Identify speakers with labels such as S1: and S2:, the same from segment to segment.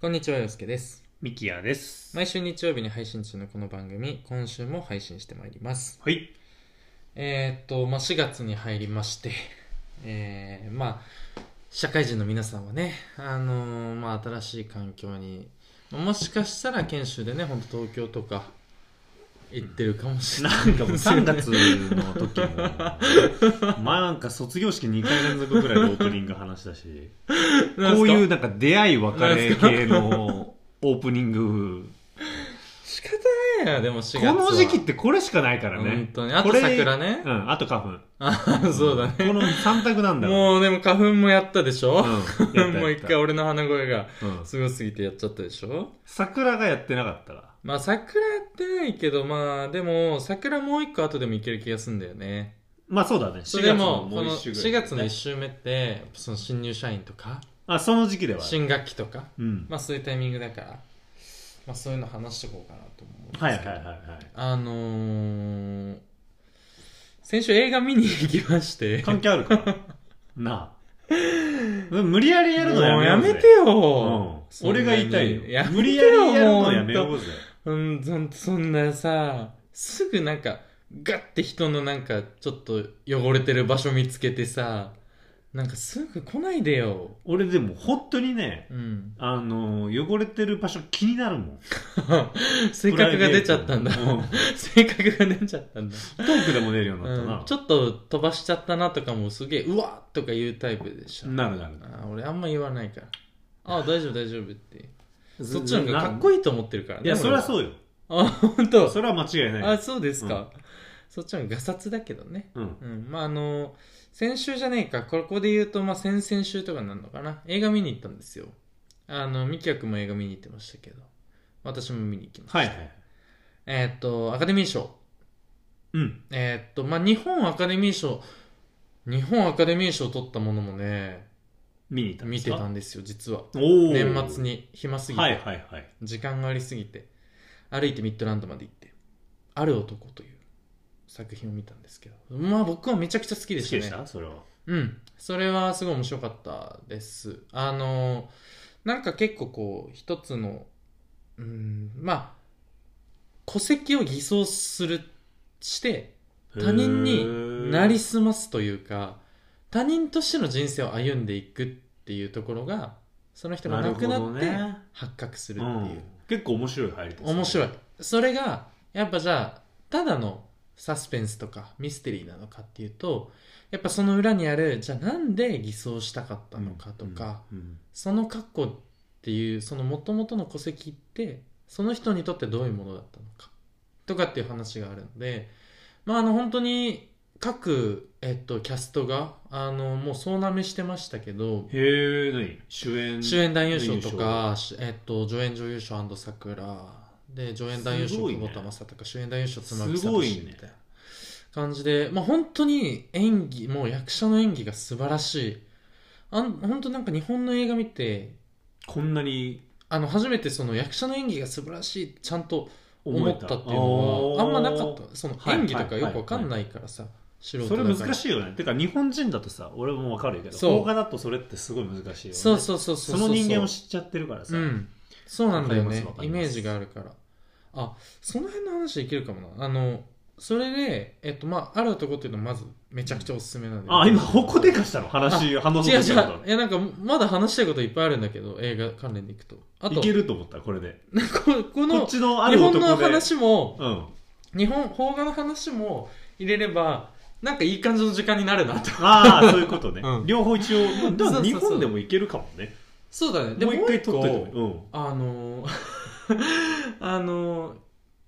S1: こんにちは、洋介です。
S2: ミキヤです。
S1: 毎週日曜日に配信中のこの番組、今週も配信してまいります。
S2: はい。
S1: えー、っと、まあ、4月に入りまして、 えー、まあ、社会人の皆さんはね、あのーまあ、新しい環境に、まあもしかしたら研修でね、本当東京とか行ってるかもしれない。
S2: なんかもう3月の時 も、まあなんか卒業式2回連続ぐらいでオープニング話したし、こういう
S1: う。
S2: なんか出会い別れ系のオープニング、
S1: 仕方ないや、でも4月
S2: こ
S1: は。
S2: の時期ってこれしかないから
S1: 本
S2: ね。
S1: 当に。あと
S2: これ
S1: 桜ね
S2: う。ん、あと花
S1: あ
S2: 粉。
S1: あ、そうだね。
S2: この3択なんだう、
S1: もう、でも花粉もやったでしょ、
S2: うん、やっ た
S1: もう一回
S2: やっ
S1: 俺の鼻声が
S2: たうん
S1: すごすぎてやっちゃったでしょ
S2: 桜がやってなかったら。
S1: まあ桜やってないけどまあでも桜もう一個後でもいける気がすんだよね
S2: まあそうだね。
S1: そ
S2: 4
S1: れで
S2: 月
S1: も
S2: の
S1: こ
S2: もう
S1: の
S2: 一週ぐ
S1: 4
S2: らい
S1: 月の1週目ってその新入社員とか
S2: あ、その時期ではある。
S1: 新学期とか
S2: うん。
S1: まあそういうタイミングだからまあそういうの話してこうかなと思うんですけど
S2: はいはいはいはい。
S1: あのー、先週映画見に行きまして
S2: 関係あるか ななあ。無理やりやるの
S1: もう
S2: や
S1: や
S2: めよ
S1: め
S2: うぜ
S1: て。
S2: うん
S1: よ、
S2: 俺が言いたいよ
S1: や。めてよ
S2: 無理やりやるのやめようぜ。
S1: うん、そんそんなさ、すぐなんか、ガッて人のなんか、ちょっと汚れてる場所見つけてさ、なんかすぐ来ないでよ。
S2: 俺でも本当にね、
S1: うん。
S2: あの、汚れてる場所気になるもん。
S1: 性格が出ちゃったんだ
S2: プ。ライベート
S1: 性格が出ちゃったんだ。
S2: トークでも出るようになった
S1: う
S2: な。
S1: ん、ちょっと飛ばしちゃったなとかもすげえ、うわっとか言うタイプでしょ。
S2: なるなる。
S1: あー俺あんま言わないから。ああ、大丈夫大丈夫って。そっちの方がかっこ
S2: い
S1: いいと思ってるからね。
S2: いや、それは
S1: う。
S2: そうよ。
S1: あ、本当。
S2: それは間違いない
S1: あ、。そうですか。そっちの方がガサツだけどね。
S2: うん。
S1: うん、まああの先週じゃねえかここで言うと、まあ、先々週とかになるのかな映画見に行ったんですよあのミキヤ君も映画見に行ってましたけど私も見に行きました、
S2: はいはい。
S1: えーっとアカデミー賞
S2: うん。
S1: えーっとまあ日本アカデミー賞日本アカデミー賞取ったものもね
S2: 見に行ったんで
S1: 見
S2: す
S1: て
S2: か
S1: たんですよ実は
S2: おー
S1: 年末に暇すぎて、
S2: はいはいはい。
S1: 時間がありすぎて歩いてミッドランドまで行って「ある男」という作品を見たんですけどまあ僕はめちゃくちゃ好きで
S2: 好
S1: し
S2: き
S1: たね
S2: でしたそれは。
S1: うん、それはすごい面白かったです。あの、なんか結構こう、一つの、うん、まあ、戸籍を偽装する、して、他人になりすますというか、他人としての人生を歩んでいくっていうところが、その人が亡くなっ
S2: るほ
S1: て
S2: どね
S1: 発覚する
S2: う
S1: っていう。
S2: ん、結構面白い入りです、
S1: 面白
S2: い
S1: いそれがやっぱじゃあただのサスペンスとかミステリーなのかっていうとやっぱその裏にあるじゃあなんで偽装したかったのかとか、、
S2: うんうん
S1: その過去っていうその元々の戸籍ってその人にとってどういうものだったのかとかっていう話があるのでまああの本当に各、えっと、キャストがあのもう総なめしてましたけど
S2: へえ何主演
S1: 主演男優賞とか、えっと、助演女優賞桜で助演男優賞
S2: すごい
S1: 久
S2: ね
S1: 保田正孝、主演男優賞妻夫
S2: すごい
S1: 聡
S2: ね
S1: みたいな感じで、まあ、本当に演技もう役者の演技が素晴らしいあん本当なんか日本の映画見て
S2: こんなに
S1: あの初めてその役者の演技が素晴らしいちゃんと
S2: 思
S1: 思
S2: え
S1: ったっていうのはあんまなかったその
S2: はい
S1: 演技とかよくわかんないからさ、
S2: あ
S1: 素
S2: ー
S1: 人だ
S2: そ
S1: か
S2: れ
S1: ら
S2: 難しいよねてか日本人だとさ俺もわかるけど
S1: そう
S2: 動画だとそれってすごい難しいよね
S1: そうそうそうそう
S2: その人間を知っちゃってるからさ、
S1: うん、そうなんだよね
S2: わか
S1: イ
S2: ります
S1: メージがあるからあその辺の話できるかもなあのそれで、えっとまあ、あるとこっていうのはまずめちゃくちゃおすすめなんで、
S2: あ今方向でかしたの話話
S1: 違う違
S2: そううとした
S1: いやなんかまだ話したいこといっぱいあるんだけど映画関連でいくとあ
S2: い
S1: と
S2: けると思ったこれで
S1: ここ
S2: こ
S1: の
S2: っちのあ
S1: 日
S2: る
S1: 本
S2: 男で
S1: の話も
S2: うん
S1: 日本邦画の話も入れればなんかいい感じの時間になるなと
S2: あ あそういうことね、
S1: うん
S2: 両方一応まあ
S1: そ
S2: でも
S1: うそう
S2: 日
S1: そう
S2: 本でもいけるかもね
S1: そうだねで
S2: も
S1: もう
S2: う一回撮っといて
S1: 一
S2: もいい
S1: 個
S2: うん
S1: あの ーあのー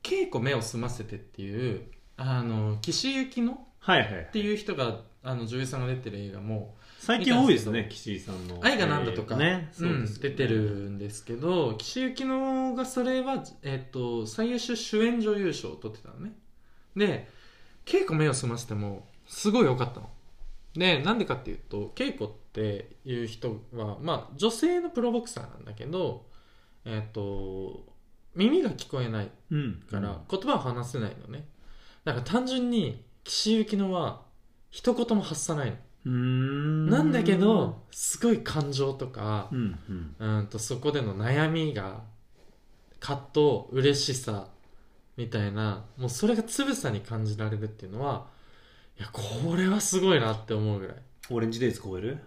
S1: 稽古目を澄ませてっていうあのー岸由紀乃っ
S2: はいはい
S1: ていう人があの女優さんが出てる映画も
S2: 最近多いですね岸井さんの
S1: 「愛がなんだ」とか、
S2: ね
S1: う
S2: そうんですよ
S1: 出
S2: ね
S1: てるんですけど岸由紀乃がそれは、えっと最優秀主演女優賞を取ってたのねで稽古目を澄ませてもすごい良かったのでなんでかっていうと稽古っていう人はまあ女性のプロボクサーなんだけどえっ、と耳が聞こえない
S2: うん
S1: から言葉を話せないのねだから単純に岸由紀乃は一言も発さないの
S2: ううーん
S1: なんだけど、すごい感情とか、
S2: うんうん
S1: うんとそこでの悩みが、葛藤、嬉しさ、みたいな、もうそれがつぶさに感じられるっていうのは、いや、これはすごいなって思うぐらい。
S2: オレンジデイズ超える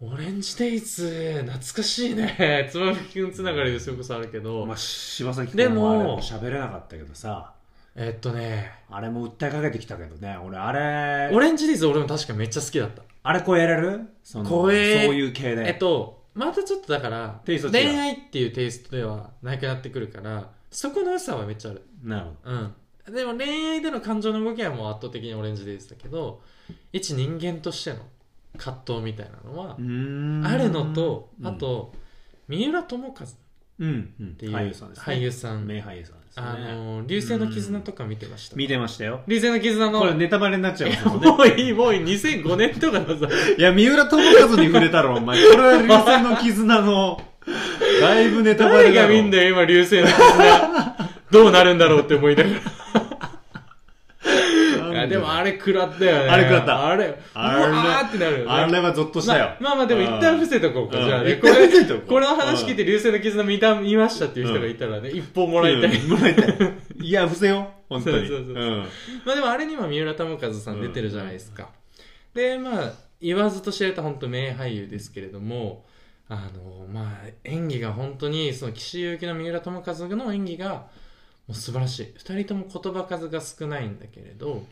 S1: オレンジデイズ、懐かしいね。 つまみくんつながりでそれこそあるけど、
S2: まあ柴咲
S1: で
S2: 君
S1: も
S2: もあれも喋れなかったけどさ
S1: えっとね、
S2: あれも訴えかけてきたけどね俺あれ
S1: オレンジデイズ俺も確かめっちゃ好きだった。
S2: あれ超えれるその
S1: 超え
S2: そういう系で、
S1: えっと、またちょっとだから、
S2: テイスト
S1: 恋
S2: 違う
S1: 愛っていうテイストではなくなってくるから、そこの良さはめっちゃある。
S2: なるほど
S1: うん。でも恋愛での感情の動きはもう圧倒的にオレンジデイズだけど、一人間としての葛藤みたいなのは
S2: う、ーん
S1: あるのと、
S2: うん
S1: あと、三浦友和っ
S2: うん、うん、って
S1: いう
S2: 俳優さんです、ね、
S1: 俳優さん
S2: 名俳優さんですね
S1: あの、流星の絆とか見てました。
S2: 見てましたよ
S1: 流星の絆の、
S2: これネタバレになっちゃいますもんね
S1: もういい、もういい、2005年とかの さ、
S2: いや、三浦友和に触れたろ、お前。これは流星の絆の、だいぶネタバ
S1: 誰
S2: レだ
S1: が
S2: ろ。
S1: 見んだよ、今、流星の 絆。どうなるんだろうって思いながら。いやでもあ
S2: れ。
S1: れ食らったよね。
S2: あれ食らった
S1: あれ、
S2: あ
S1: あ
S2: れ
S1: れわーってなるよね。
S2: あれはゾッとしたよ。
S1: まあまあでも一旦伏せとこうか、
S2: うん
S1: じゃあ
S2: う
S1: ね。
S2: ん
S1: こ
S2: 一旦伏せと
S1: れ、
S2: こう
S1: この話聞いて流星の絆見た、見ましたっていう人がいたらね、一本もらいたい。
S2: うんもらいたい。 いや、伏せよ。本当に。
S1: そうそうそうそうんまあでもあれにも三浦友和さん出てるじゃないですか。で、まあ、言わずと知れた本当名俳優ですけれども、あの、まあ、演技が本当に、その岸優きの三浦友和の演技が、もう素晴らしい。二人とも言葉数が少ないんだけれど、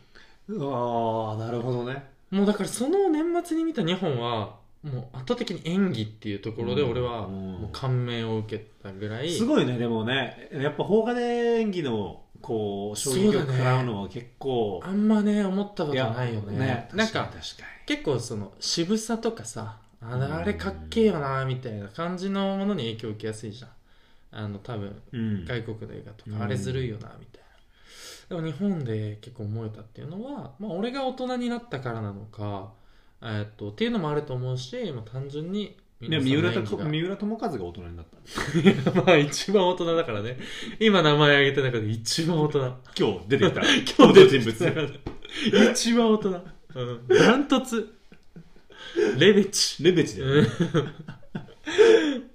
S2: うわあなるほどね。
S1: もうだからその年末に見た2本は、もう圧倒的に演技っていうところで俺は
S2: うん
S1: もう感銘を受けたぐらい、
S2: すごいね、でもね、やっぱ邦画で演技の、こう、衝撃を食らうのは結構、
S1: あんまね、思ったことないよね。なん
S2: 確かに
S1: か
S2: 確か
S1: 結構その渋さとかさ、あ
S2: うん
S1: のあれかっけえよな、みたいな感じのものに影響を受けやすいじゃん。あの多分
S2: に。うん。
S1: 外国の映画と
S2: うん
S1: か、あれずるいよな、みたいな。でも日本で結構思えたっていうのは、まあ俺が大人になったからなのか、えっと、っていうのもあると思うし、まあ単純に
S2: で
S1: 皆
S2: も
S1: さんの演
S2: 三
S1: 技が、
S2: 浦と三浦友和が大人にな った。
S1: まあ一番大人だからね。今名前挙げた中で一番大人。
S2: 今日出てきた。
S1: 今日出て
S2: 人
S1: き
S2: 物。
S1: た一番大人。うん。ダントツ。レベチ。
S2: レベチだよね。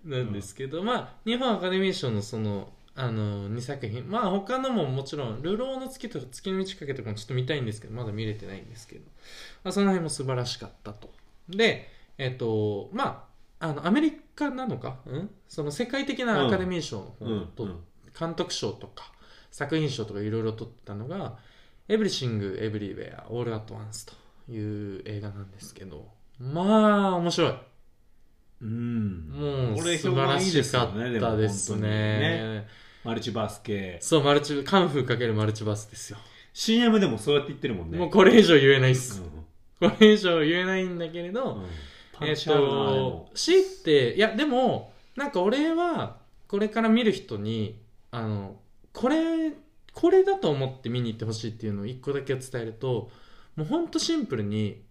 S1: なんですけど、まあ、日本アカデミー賞のその、あの、2作品。まあ他のももちろん、流浪の月とか月の満ち欠けとかもちょっと見たいんですけど、まだ見れてないんですけど。まあその辺も素晴らしかったと。で、えっ、と、まあ、あの、アメリカなのか、うん、その世界的なアカデミー賞の方
S2: う
S1: と
S2: ん。うん
S1: 監督賞とか作品賞とかいろいろ取ってたのが「エブリシング・エブリウェア・オール・アット・ワンス」という映画なんですけどまあ面白い
S2: うん
S1: もう
S2: これ
S1: 素晴らしかったです
S2: 評判いいよ
S1: ね
S2: でも本当にマルチバース系。
S1: そうマルチカンフーかけるマルチバスですよ、
S2: CM でもそうやって言ってるもんね。
S1: もうこれ以上言えないっす、
S2: う
S1: これ以上言えないんだけれど、
S2: んうんパ
S1: え
S2: ン
S1: っ
S2: チあるな、で
S1: と
S2: も。
S1: C っていやでもなんか俺はこれから見る人にあのこれこれだと思って見に行ってほしいっていうのを一個だけ伝えるともうほんとシンプルに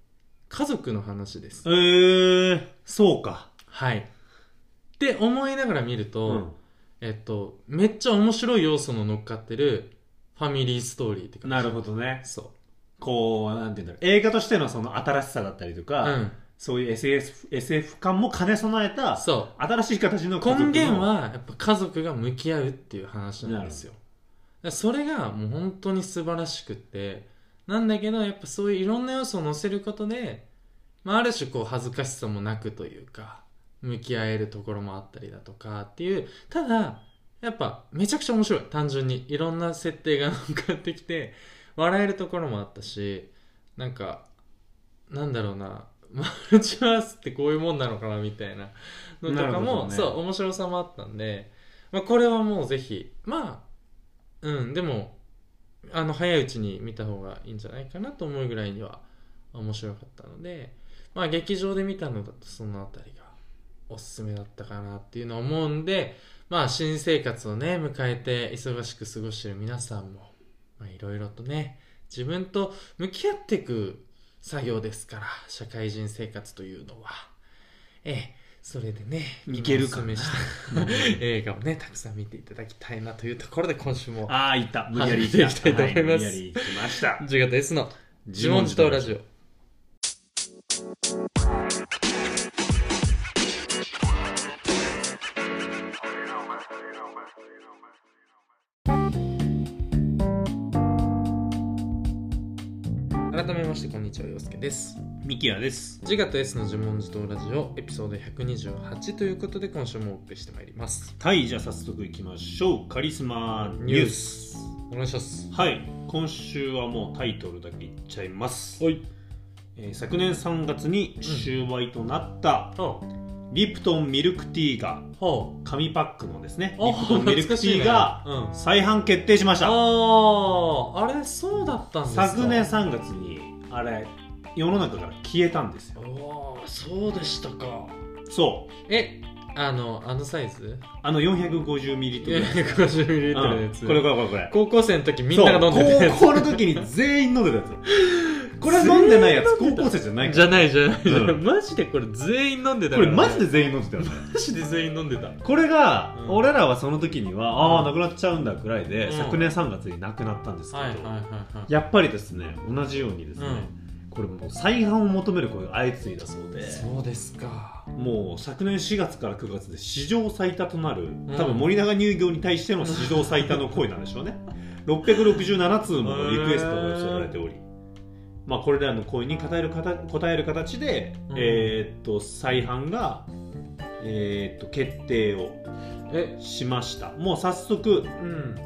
S1: 家族の話です、
S2: えー、そうか。
S1: はいって思いながら見ると、
S2: うん
S1: えっとめっちゃ面白い要素の乗っかってるファミリーストーリーって感じ
S2: なるほどね。
S1: そ
S2: こう、なんて言うんだろう。映画としてのその新しさだったりと
S1: う、う
S2: か、
S1: ん、
S2: そういう SF, SF 感も兼ね備えた、
S1: そう
S2: 新しい形の家族の
S1: 根源、はやっぱ家族が向き合うっていう話なんですよそれがもう本当に素晴らしくってなんだけどやっぱそういういろんな要素を載せることで、まあ、ある種こう恥ずかしさもなくというか向き合えるところもあったりだとかっていうただやっぱめちゃくちゃ面白い単純にいろんな設定が乗っかってきて笑えるところもあったしなんかなんだろうなマルチバースってこういうもんなのかなみたいなのと
S2: な
S1: か
S2: るほど
S1: も、
S2: ね
S1: そう面白さもあったんで、まあ、これはもうぜひまあうんでもあの早いうちに見た方がいいんじゃないかなと思うぐらいには面白かったのでまあ劇場で見たのだとそのあたりがおすすめだったかなっていうのは思うんでまあ新生活をね迎えて忙しく過ごしてる皆さんもまあいろいろとね自分と向き合っていく作業ですから社会人生活というのはええそれでね
S2: いけるか
S1: 今
S2: な
S1: おすすめした 映画をねたくさん見ていただきたいなというところで今週も
S2: ああ、いった。無理やり行った。
S1: 始めていきたいと思います
S2: は無理
S1: 10
S2: やり行きました。
S1: 月 S の「自問自答ラジオ」めましてこんにちは陽介です
S2: ミキヤです
S1: 自我と S の呪文自答ラジオエピソード128ということで今週もお送りしてまいります
S2: はいじゃあ早速いきましょうカリスマニュース
S1: お願いします
S2: はい今週はもうタイトルだけいっちゃいます、
S1: はい
S2: えー昨年3月に終売となった
S1: は
S2: リプトンミルクティーが
S1: あは
S2: 紙パックのですね
S1: あ
S2: リプトンミルクティーが
S1: うん
S2: 再販決定しました
S1: あああれそうだったんですか
S2: 昨年3月にあれ世の中から消えたんですよ
S1: おーそうでしたか
S2: そう
S1: えあのあのサイズ
S2: あの 450ml
S1: 450ml のやつ、
S2: これこれこれこれ
S1: 高校生の時みんなが飲んでたや
S2: そう高校の時に全員飲んでたやつこれは飲んでないやつ
S1: 全員飲
S2: 高
S1: んでた
S2: 校生じゃない
S1: つ
S2: か
S1: じ
S2: ら
S1: ゃないじゃない、じゃない
S2: うん
S1: マジでこれ全員飲んでたから
S2: これ
S1: ね
S2: マジで全員飲んでたよね
S1: マジで全員飲んでた
S2: これが、
S1: うん
S2: 俺らはその時にはああ
S1: うん
S2: なくなっちゃうんだくらいで、
S1: うん
S2: 昨年3月になくなったんですけど、
S1: はいはいはいはい
S2: やっぱりですね同じようにですね、
S1: うん
S2: これもう再販を求める声が相次いだそうで
S1: そうですか
S2: もう昨年4月から9月で史上最多となる
S1: ん
S2: 多分森永乳業に対しての史上最多の声なんでしょうね667通ものリクエストが寄せられており、まあ、これらの声に答えるかた答える形で、
S1: うん
S2: えーっと再販が、えーっと決定を
S1: え
S2: しましたもう早速
S1: うん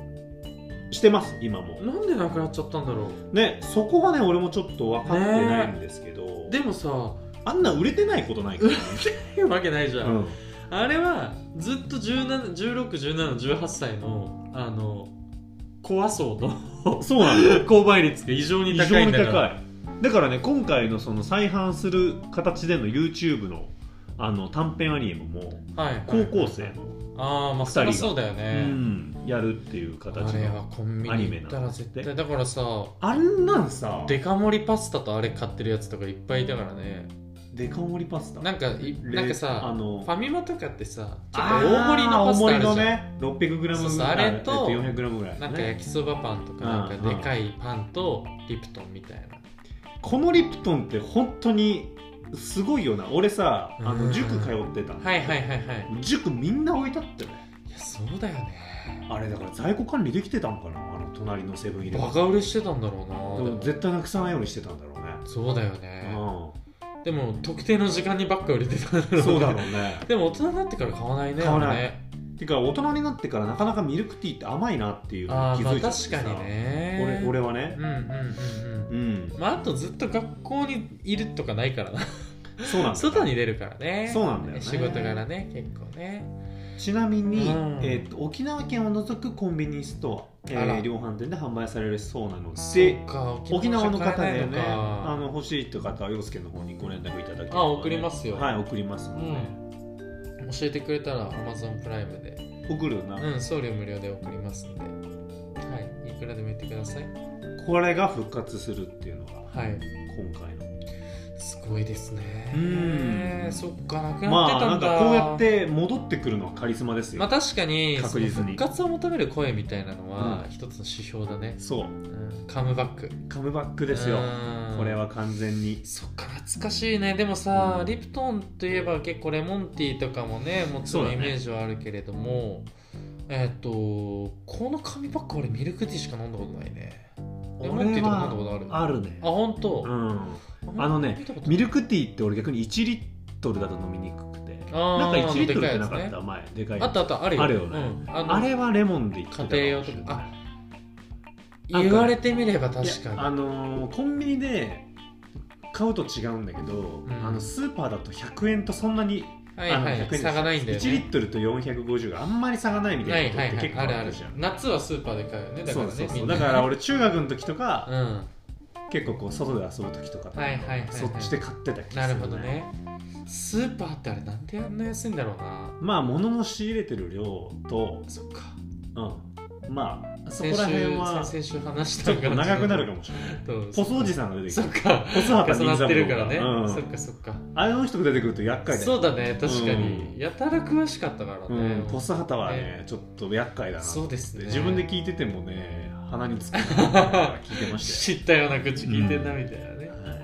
S2: してます今も
S1: なんでなくなっちゃったんだろ
S2: ねそこがね俺もちょっと分かってないんですけど、
S1: うでもさ
S2: あんな売れてないこ とないからね、
S1: いいわけないじゃん、
S2: うん
S1: あれはずっと161718歳のあの怖そうの
S2: そうなんだ よ
S1: 購買率が異常に
S2: 非
S1: 高
S2: 常
S1: いん
S2: に
S1: だから
S2: 高いだからね今回のその再販する形での YouTube のあの短編アニメも
S1: はい、
S2: 高校生の、
S1: ああまあ
S2: 二人
S1: そ
S2: が
S1: りゃそうだよ
S2: う
S1: ね、
S2: んやるっていう
S1: あ
S2: 形
S1: れ
S2: の
S1: はコンビニ行ったら絶
S2: アニメ
S1: 対
S2: な
S1: だからさ
S2: あんなんさ
S1: デカ盛りパスタとあれ買ってるやつとかいっぱいいたからね
S2: デカ盛りパスタ
S1: なんかいなんか
S2: あ
S1: さ
S2: の
S1: ファミマとかってさちょっと
S2: あー
S1: 大盛りのパスタあるじゃん、
S2: 大盛りのね 600g
S1: そうそうあれと
S2: えっ 400g ぐらい、ね、
S1: なんか焼きそばパンとかなんかでかいパンとリプトンみたいな
S2: このリプトンって本当にすごいよな俺さあ
S1: う
S2: の
S1: ん
S2: 塾通ってたの
S1: はいはいはいはい
S2: 塾みんな置いたってね
S1: いやそうだよね
S2: あれだから在庫管理できてたんかなあの隣のセブンイレブ
S1: バ
S2: ン
S1: カ売れしてたんだろうな
S2: で
S1: で
S2: も
S1: も
S2: 絶対なくさないようにしてたんだろうね
S1: そうだよね
S2: う
S1: でも特定の時間にばっか売れてたん だろうね
S2: んそうだろうね
S1: でも大人になってから買わないね
S2: 買わない
S1: あれね
S2: てか大人になってからなかなかミルクティーって甘いなっていうの
S1: あー
S2: に気
S1: まあ
S2: づいちゃって
S1: 確
S2: さ
S1: かにね
S2: 俺俺はね
S1: うんうんうんうん
S2: うん
S1: まああとずっと学校にいるとかないからな
S2: そうなんだ
S1: 外に出るからね
S2: そうなんだよね
S1: 仕事柄ね結構ね
S2: ちなみに、
S1: うん
S2: えーと沖縄県を除くコンビニストア、えー
S1: あら
S2: 量販店で販売されるそうなの
S1: そ
S2: で
S1: っか
S2: 沖縄の方
S1: 買え
S2: で
S1: ない
S2: ね
S1: か
S2: あの欲しいって方は陽介の方にご連絡いただければ、ね、
S1: あ送りますよ
S2: はい送りますので、
S1: うん教えてくれたら Amazon プライムで
S2: 送るな、
S1: うん送料無料で送りますんではいいくらでも言ってください
S2: これが復活するっていうのが
S1: はい
S2: 今回の
S1: すごいですね
S2: うん
S1: そっかなくなっ
S2: ま
S1: て
S2: あ
S1: た
S2: なんん
S1: だ、
S2: かこうやって戻ってくるのはカリスマですよ、
S1: まあ確かに
S2: 確実に
S1: その復活を求める声みたいなのは
S2: うん
S1: 一つの指標だね、
S2: そ
S1: う
S2: う
S1: んカムバック
S2: カムバックですよ
S1: うん
S2: これは完全に
S1: そっか懐かしいねでもさ、
S2: うん
S1: リプトンといえば結構レモンティーとかもねもちろ
S2: そうんだ
S1: イ
S2: ね
S1: メージはあるけれども、えっ、とこの紙パック俺ミルクティーしか飲んだことないねレモンティーとか飲んだことある
S2: あるね
S1: あ本当、
S2: うんあのねミル
S1: ク
S2: クティーって俺逆に1リットルだと飲みにくくて
S1: あー
S2: なんか1リットルってなか
S1: でかいや
S2: っ
S1: つ
S2: た前でかい
S1: あったあったあるよ
S2: あるよね
S1: うんあの
S2: あれはレモンでいってたかもしれな
S1: 家
S2: い
S1: 庭用とか言われてみれば確か
S2: い
S1: に
S2: やあのーコンビニで買うと違うんだけど、
S1: ん
S2: あのスーパーだと100円とそんなに
S1: はいは
S2: あの100円
S1: い
S2: です
S1: 差がないんだよ
S2: 1リ
S1: ね
S2: ットルと450があんまり差がないみた
S1: はいい
S2: な
S1: は
S2: こと
S1: いはい
S2: って結構あ
S1: あるあ
S2: る
S1: る
S2: じゃん、
S1: 夏はスーパーで買うよねだか
S2: そ
S1: ら
S2: う
S1: ね
S2: そう
S1: み
S2: そ
S1: ん
S2: う
S1: な
S2: だ
S1: ね
S2: から俺中学の時とか、
S1: うん
S2: 結構こう外で遊ぶ時とかとか
S1: はいはいはいはい
S2: そっちで買ってた気
S1: な
S2: がす
S1: る
S2: る、
S1: ほどねスーパーってあれなんであんな安いんだろうな
S2: まあ物の仕入れてる量と、
S1: そっか
S2: うん、まあそ
S1: 先
S2: こ
S1: 週
S2: ら辺は
S1: 先々週話し
S2: ち
S1: た
S2: ょっと長くなるかもしれない
S1: も
S2: 細おじさんが出て
S1: そ
S2: く
S1: っ
S2: る
S1: か
S2: 細畑
S1: 重
S2: 任
S1: なっ
S2: 三
S1: て
S2: 郎
S1: るから
S2: が、
S1: ね
S2: うん
S1: そっかそっか
S2: あの人が出てくると厄介だよ
S1: そうだね確か
S2: う
S1: に
S2: ん
S1: やたら詳しかったから
S2: うん
S1: ね、
S2: ポスハタはねちょっと厄介だな
S1: そうですね
S2: 自分で聞いててもね鼻に つくなと思いながら聞いてました
S1: 知ったような口聞いてんなみたいなね
S2: よ、はい、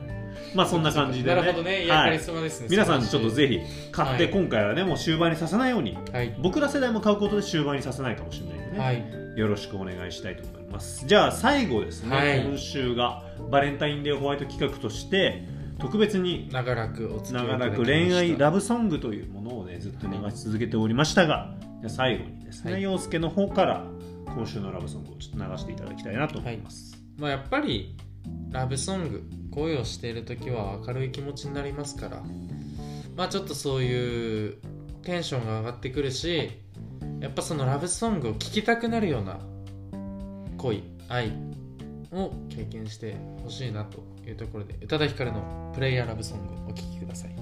S2: まあそんな感じでね
S1: なるほどねいや
S2: は
S1: カリ
S2: い、
S1: スマですね
S2: 皆さんちょっとぜ
S1: ひ
S2: ひ買って
S1: はい
S2: 今回はねもう終盤にさせないように
S1: はい
S2: 僕ら世代も買うことで終盤にさせないかもしれないんでね、
S1: はい
S2: よろしくお願いしたいと思いますじゃあ最後ですね、
S1: はい
S2: 今週がバレンタインデーホワイト企画として特別に
S1: 長らくお付き合いい
S2: 長
S1: ただ
S2: ら
S1: き
S2: く
S1: ました
S2: 恋愛ラブソングというものをねずっと流し続けておりましたがじゃあ最後にですね、
S1: はい
S2: 陽介の方から今週のラブソングをちょっと流していただきたいなと思います、
S1: まあ、やっぱりラブソング恋をしている時は明るい気持ちになりますからまあちょっとそういうテンションが上がってくるしやっぱそのラブソングを聴きたくなるような恋愛を経験してほしいなというところで宇多田ヒカルの「プレイヤーラブソング」お聴きください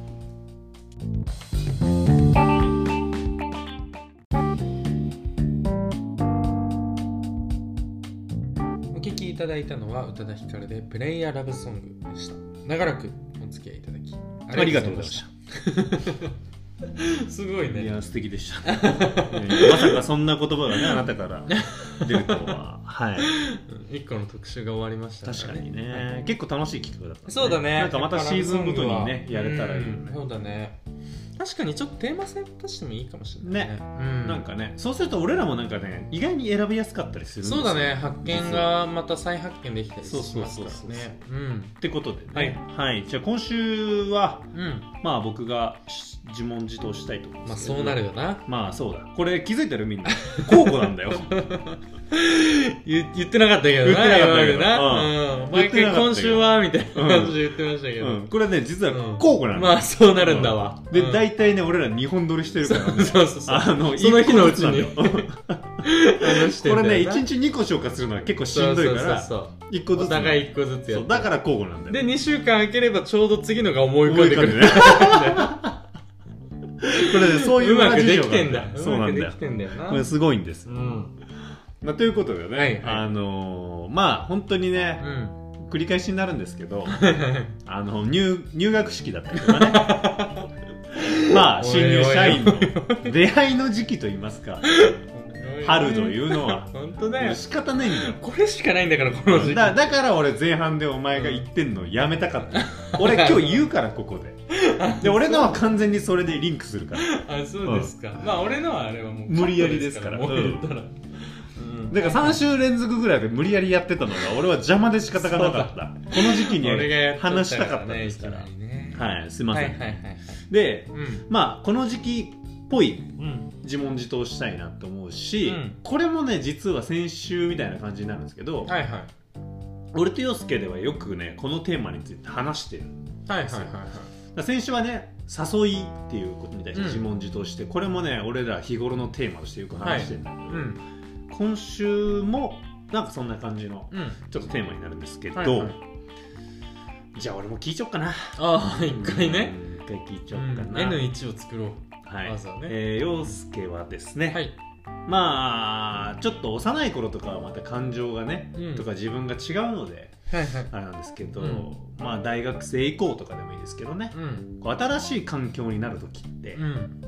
S1: お聴きいただいたのは宇多田ヒカルで「プレイヤーラブソング」でした長らくお付き合いいただき
S2: ありがとうございました
S1: たすごい
S2: い
S1: ね
S2: や素敵でし たいやいやまさかそんな言葉がねあなたから出るとははい
S1: 1個の特集が終わりました
S2: 確かにね、
S1: はい
S2: 結構楽しい企画だったね
S1: そうだね。
S2: なんかまたシーズンごとにねやれたらいいよ
S1: うんそうだね。確かにちょっとテーマ性出してもいいかもしれないね。う
S2: ねなんかねそうすると俺らもなんかね意外に選びやすかったりするんです
S1: そ
S2: よ
S1: うだね。発見がまた再発見できたりしますからね。
S2: そうそうそうそう
S1: うん。
S2: ってことでね
S1: はい、
S2: はい、じゃあ今週は
S1: うん。
S2: まあ僕がし自問自答したいと思い
S1: ま
S2: ま
S1: あ
S2: すけ
S1: そ
S2: ど
S1: うなるよな。
S2: まあそうだこれ気づいてるみんな交互なんだよ
S1: 言言ってなかったけどな。
S2: 言ってなかっ
S1: 今ま
S2: たけど
S1: でな。うん毎
S2: 言って
S1: 回
S2: なかったけど
S1: 今週はみたいな感じで言ってましたけど。
S2: うん、これね実は
S1: うん
S2: 交互なんだよ、
S1: まあそうなるんだわ。
S2: で、
S1: うん
S2: 大体ね俺ら2本撮りしてるから ね
S1: そうそうそう。
S2: あの
S1: その日のうちに
S2: 一個ずつ なんだよ
S1: 話してん
S2: こ
S1: だ
S2: れ
S1: よな
S2: ね1日2個消化するのは結構しんどいから
S1: そうそう
S2: 1
S1: そ
S2: 個
S1: うそう。
S2: ず
S1: お
S2: つなんだよ
S1: 互い一個ずつや
S2: そ
S1: っ
S2: う
S1: て。
S2: だから交互なんだよ
S1: で2週間空ければちょうど次のが思い浮
S2: 思
S1: か
S2: い
S1: んでく
S2: 浮かんで
S1: る
S2: ねこれねそうい う
S1: うまくでき
S2: 裏事情
S1: て
S2: が
S1: んだ
S2: ある そうなん
S1: うま
S2: だよ
S1: くできてんだよな
S2: これすごいんです
S1: うん
S2: まあ、ということでね、
S1: はいはい
S2: あのーまあ本当に
S1: う
S2: ね、
S1: ん
S2: 繰り返しになるんですけど あの入入学式だったりとかね まあ
S1: おい
S2: 新入社員の出会いの時期といいますか春というう のは
S1: 本当だ
S2: も
S1: よ
S2: う仕方ないんだよ
S1: これしかないんだからこの時期
S2: だだから俺前半でお前が言ってんのやめたかった俺今日言うからここ でで俺のは完全にそれでリンクするから
S1: あそうですかまあ俺のはあれはもう
S2: 無理やりですから
S1: もう言ったらうん
S2: だから3週連続ぐらいで無理やりやってたのが俺は邪魔で仕方がなかったこの時期に
S1: 俺がやっちゃったらね
S2: 話したかったんですから
S1: いきなりね
S2: はいすいま
S1: は
S2: せ
S1: いは
S2: ん、
S1: いはい
S2: で
S1: うん
S2: まあこの時期っぽい
S1: うん
S2: 自問自答したいなと思うし、
S1: うん
S2: これもね実は先週みたいな感じになるんですけど、
S1: はいはい
S2: 俺と洋介ではよくねこのテーマについて話してるだ
S1: は
S2: か
S1: いはいはいはい
S2: ら先週はね誘いっていうことに対して自問自答して、これもね俺ら日頃のテーマとしてよく話してるんだけど、
S1: うん
S2: 今週もなんかそんな感じの
S1: うん
S2: ちょっとテーマになるんですけど、
S1: はいはい
S2: じゃあ俺も聞いちゃおっかな
S1: ああ一回ね
S2: うん一回聞いち
S1: う
S2: ゃおっか
S1: ん
S2: な、
S1: N1 を作ろう
S2: はい、
S1: まずはね
S2: えー陽介はですね、
S1: はい
S2: まあちょっと幼い頃とかはまた感情がね、
S1: うん
S2: とか自分が違うので
S1: はいはい
S2: あれなんですけど、
S1: うん
S2: まあ大学生以降とかでもいいですけどね、
S1: うん
S2: こう新しい環境になる時って
S1: うん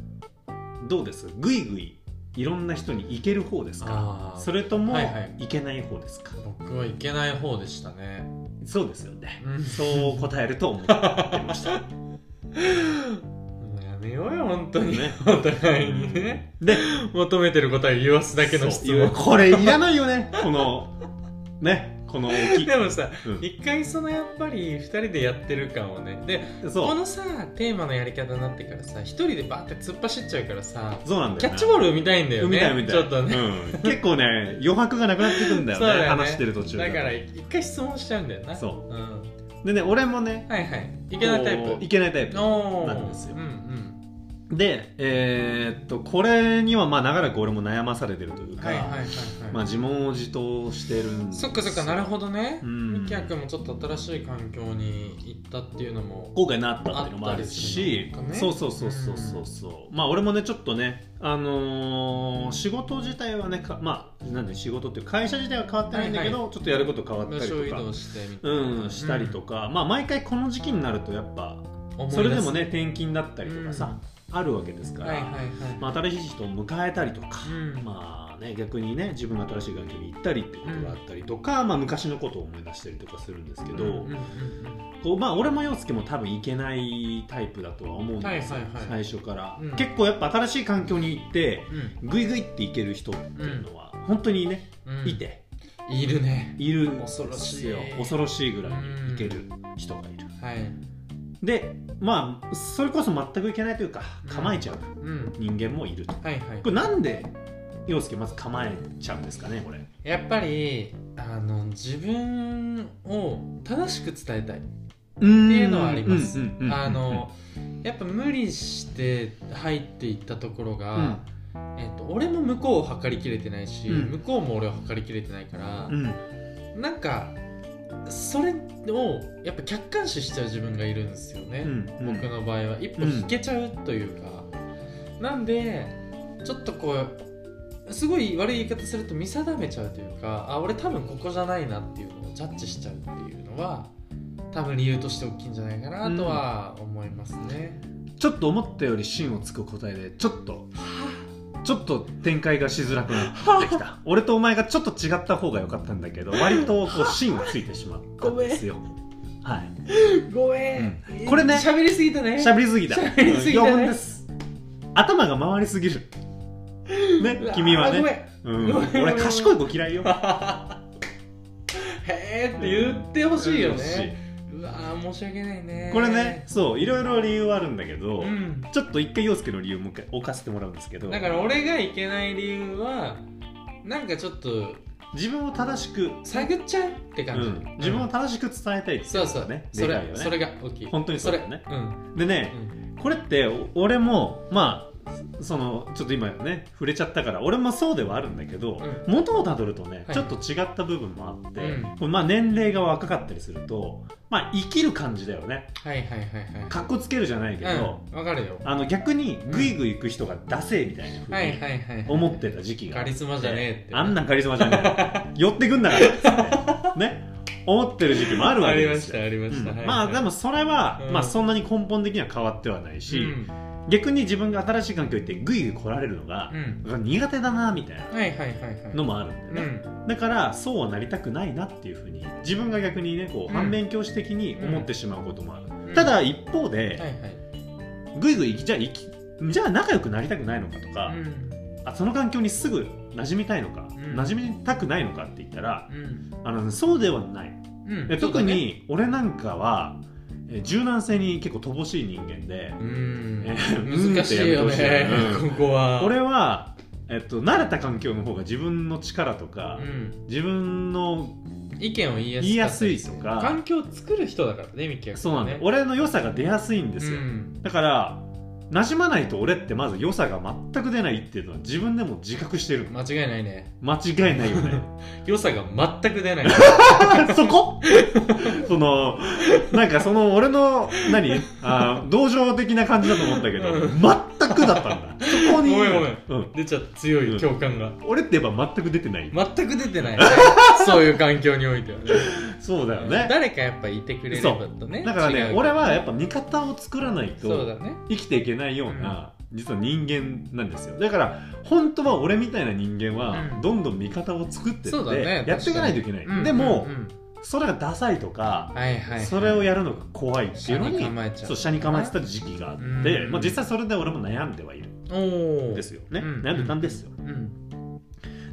S2: どうですぐいぐいいろんな人に行ける方ですか
S1: あー
S2: それとも
S1: はいはい
S2: 行けない方ですか、
S1: 僕はいけない方でしたね
S2: そうですよね、
S1: うん
S2: そう答えると思ってま した
S1: もうやめようよ本当に
S2: ね
S1: お互いにね
S2: で
S1: 求めてる答えを言わすだけの質
S2: そう
S1: 問
S2: これいらないよねこのねこの大き い
S1: でもさ
S2: うん
S1: 一回そのやっぱり2人でやってる感をねで
S2: そ
S1: こ
S2: う
S1: のさテーマのやり方になってからさ一人でバーって突っ走っちゃうからさ
S2: そうなんだよな
S1: キャッチボールを見たいんだよ
S2: みたい
S1: ね
S2: みたい
S1: ちょっとね
S2: うん、結構ね余白がなくなってくんだよ
S1: そ
S2: ね
S1: うだよね
S2: 話してる途中
S1: だから一回質問しちゃうんだよな
S2: そうんでね俺もね
S1: はいはいいけないタイ
S2: こう
S1: プ
S2: いけないタイプ
S1: おー
S2: なんですよ
S1: うんうん
S2: でえーっとこれにはまあ長らく俺も悩まされてるというか、
S1: はいはいはいはい
S2: まあ、自問自答してるんです
S1: そっかそっかなるほどね
S2: うん
S1: みきやくんもちょっと新しい環境に行ったっていうのも
S2: 後悔なったっていうのもあるし
S1: あったりするのかね
S2: そうそうそうそうそうそう、まあ俺もねちょっとねあのー仕事自体はねかまあなんで仕事っていう会社自体は変わってないんだけど、ちょっとやること変わった
S1: 場
S2: りと
S1: 所移
S2: か
S1: 動してみたいな
S2: うんしたりとか、まあ毎回この時期になるとやっぱ
S1: 思い出す
S2: それでもね転勤だったりとかさ、あるわけですか
S1: は
S2: ら、
S1: いはいはい、
S2: まあ、新しい人を迎えたりとか、
S1: うん
S2: まあね逆にね自分が新しい環境に行ったりってことがあったりとか、まあ昔のことを思い出したりとかするんですけど、
S1: うんうんうん
S2: こうまあ俺も陽介も多分行けないタイプだとは思うんですよ、
S1: はいはいはい
S2: 最初から、
S1: うん
S2: 結構やっぱ新しい環境に行って
S1: うん
S2: グイグイって行ける人っていうのは、本当にね、
S1: うん
S2: いて
S1: いるね
S2: いるんです
S1: 恐ろしい
S2: よ恐ろしいぐらいにいける人がいる
S1: はい
S2: でまあそれこそ全くいけないというか構えちゃう
S1: うん
S2: 人間もいるとこ
S1: はいはい
S2: れなんで陽介まず構えちゃうんですかねこれ
S1: やっぱりあの自分を正しく伝えたい
S2: って
S1: って
S2: い
S1: いうのはありますあの
S2: は
S1: やっぱ無理して入っていったところ
S2: う
S1: が
S2: ん、
S1: えっと俺も向こうを測りきれてないし、
S2: うん
S1: 向こうも俺を測りきれてないから
S2: う、ん
S1: なんかそれをやっぱ客観視しちゃう自分がいるんですよね、
S2: うん
S1: 僕の場合は一歩引けちゃうというか、なんでちょっとこうすごい悪い言い方すると見定めちゃうというかあ俺多分ここじゃないなっていうのをジャッジしちゃうっていうのは多分理由として大きいんじゃないかなとは思いますね。
S2: ちょっと思ったより芯をつく答えでちょっとちょっと展開がしづらくなってきた俺とお前がちょっと違った方が良かったんだ けど割とこう芯をついてしまったんですよはい
S1: ごめ
S2: ん
S1: ん、
S2: これね
S1: 喋りすぎたね
S2: 喋りすぎだ
S1: 喋りすぎだね
S2: 余分です頭が回りすぎるね
S1: うわー
S2: 君は
S1: ご
S2: ね、
S1: めん
S2: うん、
S1: ごめんごめん
S2: 俺賢い子嫌いよ
S1: へえって言ってほしいよ
S2: うん
S1: ね。うわー申し訳ないね。
S2: これねそういろいろ理由はあるんだけど、
S1: うん。
S2: ちょっと一回陽介の理由もう一回置かせてもらうんですけど
S1: だから俺がいけない理由はなんかちょっと
S2: 自分を正しく
S1: 探っちゃうって感じ、
S2: うん、自分を正しく伝えたいってい
S1: そうう
S2: の
S1: そ
S2: が
S1: う、
S2: ね
S1: そ
S2: で
S1: れ
S2: かいよ
S1: それ
S2: ね
S1: が大きい
S2: 本当にそうだよね
S1: それうん
S2: でねこれってお俺もまあそのちょっと今ね触れちゃったから俺もそうではあるんだけど、
S1: う
S2: 元をたどるとね、
S1: はい
S2: ちょっと違った部分もあって、
S1: う
S2: まあ、年齢が若かったりすると、まあ、生きる感じだよね
S1: はいはいはいはい
S2: かっこつけるじゃないけど、
S1: うん、わかるよ
S2: あの逆にグイグイ行く人がダセえみたいなふう
S1: はいはい
S2: に
S1: はいはい
S2: 思ってた時期
S1: カ
S2: があって
S1: リスマじゃねえって
S2: あんなんカリスマじゃ ねえ寄ってくんなからっつってね思ってる時期もあるわ
S1: あ
S2: け
S1: り
S2: で
S1: ますし
S2: よ
S1: たありました、
S2: うん
S1: はい
S2: まあでもそれは、
S1: うん
S2: まあ、そんなに根本的には変わってはない
S1: うん
S2: し、逆に自分が新しい環境行ってグイグイ来られるのが
S1: う、ん
S2: 苦手だなみたいな
S1: はいはいはいはい
S2: のもあるんだよ
S1: う
S2: ね、
S1: ん
S2: だからそうはなりたくないなっていうふうに自分が逆にねこ
S1: うん
S2: う反面教師的に思ってしまうこともある、
S1: うん
S2: ただ一方で、
S1: はいはい
S2: グイグイ行きじゃあ行きじゃあ仲良くなりたくないのかとか、
S1: うん
S2: あその環境にすぐ馴染みたいのか、
S1: ん
S2: 馴染みたくないのかって言ったら
S1: うん
S2: あの、ね、そうではない
S1: うん
S2: で
S1: そう
S2: 特
S1: だね
S2: に俺なんかはえー柔軟性に結構乏しい人間で
S1: う、ん
S2: えー
S1: 難しいよ
S2: うんってや
S1: ね
S2: めてほしいよねう、
S1: ここは
S2: 俺は、えっと、慣れた環境の方が自分の力とか、
S1: うん、
S2: 自分の
S1: 意見を言いやす
S2: 言いやすい
S1: かっ
S2: と
S1: たり
S2: か
S1: 環境を作る人だからねミキは
S2: そうなんだよ、
S1: 俺
S2: 俺の良さが出やすいんですよ、だから馴染まないと俺ってまず良さが全く出ないっていうのは自分でも自覚してる
S1: 間違いないね
S2: 間違いないよね
S1: 良さが全く出ない
S2: そこそのなんかその俺の何あー同情的な感じだと思ったけど、
S1: うん
S2: 全くだったんだそこに
S1: ごめんごめん
S2: うん、
S1: 出ちゃった強
S2: うん
S1: い共感が、
S2: 俺ってやっぱ全く出てない、
S1: 全く出て ないねそういう環境においてはね
S2: そうだよね
S1: 誰かやっぱいてくれればとね
S2: だからね
S1: 違う
S2: 俺はやっぱ味方を作らない
S1: そう
S2: と
S1: だね
S2: 生きていけないような、実は人間なんですよだから本当は俺みたいな人間
S1: う
S2: は
S1: ん
S2: どんどん味方を作ってって、
S1: そうだね
S2: やっていかないといけない、
S1: うん
S2: でも、
S1: うんうん
S2: それがダサいとか、
S1: はいはいはい
S2: それをやるのが怖いってい
S1: 下
S2: うの
S1: に
S2: に
S1: 構えちゃ
S2: そうう下に構えてた時期があって、
S1: うん
S2: まあ、実際それで俺も悩んではいる
S1: お
S2: ん
S1: お
S2: ですよね、
S1: うん
S2: 悩んでたんですよ
S1: うん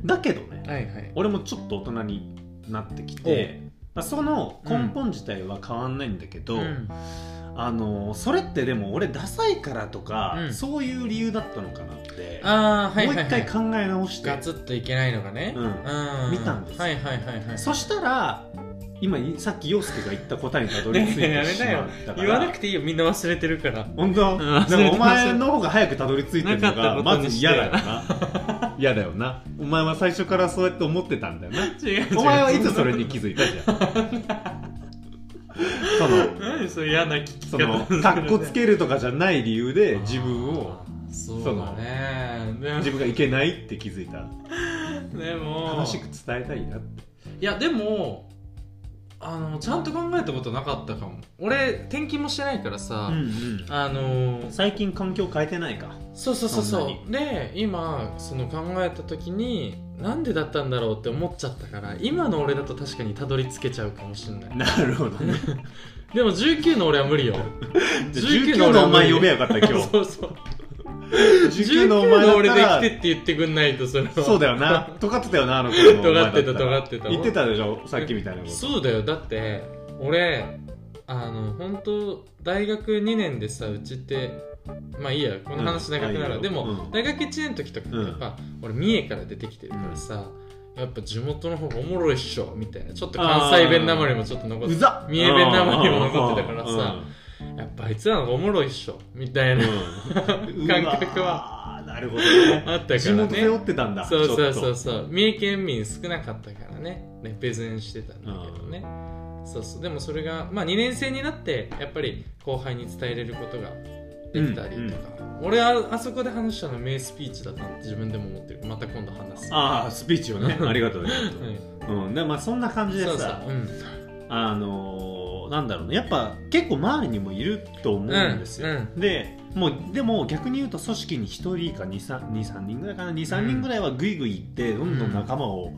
S2: だけどね、
S1: はいはい
S2: 俺もちょっと大人になってきて、まあ、その根本自体は変わんないんだけど、
S1: うん
S2: あのそれってでも俺ダサいからとか、
S1: うん
S2: そういう理由だったのかなって、
S1: ああはいはい、
S2: も
S1: は
S2: う
S1: い、
S2: 一回考え直して、
S1: ガツッといけないのがね、
S2: うん見たんですよ
S1: はいはいはいはい
S2: そしたら今さっき陽介が言った答えにたどり着 い
S1: ねえや
S2: て
S1: め
S2: し
S1: な
S2: ま
S1: よ
S2: ったから
S1: 言わなくていいよみんな忘れてるから
S2: 本当、
S1: ん忘れて
S2: でもお
S1: ます
S2: 前の方が早くたどり着いてるのが
S1: なかった
S2: ま
S1: こと
S2: ず
S1: にして
S2: 嫌だよ な嫌だよなお前は最初からそうやって思ってたんだよな
S1: 違う違う
S2: お前はいつそれに気づいたじゃん その
S1: 何それ嫌な聞き
S2: そ
S1: 方
S2: のかっこつけるとかじゃない理由で自分を
S1: そうだねでも
S2: 自分がいけないって気づいた
S1: でも
S2: 正しく伝えたいなって
S1: いやでもあのちゃんと考えたことなかったかも俺転勤もしてないからさ、あの
S2: 最近環境変えてないか
S1: そうそうそう
S2: そん
S1: そ
S2: な
S1: うで今その考えた時になんでだったんだろうって思っちゃったから今の俺だと確かにたどり着けちゃうかもしれない
S2: なるほど ね
S1: でも19の俺は無理よ
S2: 19のお前呼べよかった今日
S1: そうそう19
S2: 19
S1: の
S2: のお前だっ
S1: 俺
S2: た
S1: で
S2: ら
S1: きてって言ってくんないとそれは
S2: そうだよな尖ってたよなあの頃のお前だ
S1: 尖
S2: ら
S1: ってた尖ってた
S2: 言ってたでしょさっきみたいなこと
S1: そうだよだって俺あの本当大学2年でさうちってまあいいやこの話長くなるわ、
S2: うん
S1: でも、
S2: うん
S1: 大学1年の時とかって
S2: うん
S1: やっぱ、俺三重から出てきてるからさ、やっぱ地元の方がおもろいっしょみたいなちょっと関西弁なまりもちょっと残っ
S2: う
S1: て
S2: ざ
S1: 見えべんなまりも残ってたからさやっぱあいつらの方がおもろいっしょみたいな、
S2: うん
S1: 感覚は
S2: うわーなるほどね
S1: あった
S2: 地
S1: から
S2: 元背負
S1: ね
S2: ってたんだ
S1: そうそう
S2: ち
S1: そ
S2: ょっ
S1: うそう三重県民少なかったからねレペゼンしてたんだけどね、そうそうでもそれが、まあ、2年生になってやっぱり後輩に伝えれることができたりとか、俺はあそこで話したの名スピーチだったって自分でも思ってるまた今度話す
S2: とああスピーチをねありがとうありがとう
S1: うん
S2: うん、でまあそんな感じで
S1: そうそう
S2: さ、
S1: うん
S2: あのーなんだろうねやっぱ結構周りにもいると思うんですよ、
S1: うん
S2: でもうでも逆に言うと組織に1人か23人ぐらいかな23人ぐらいはグイグイ行ってどんどん仲間を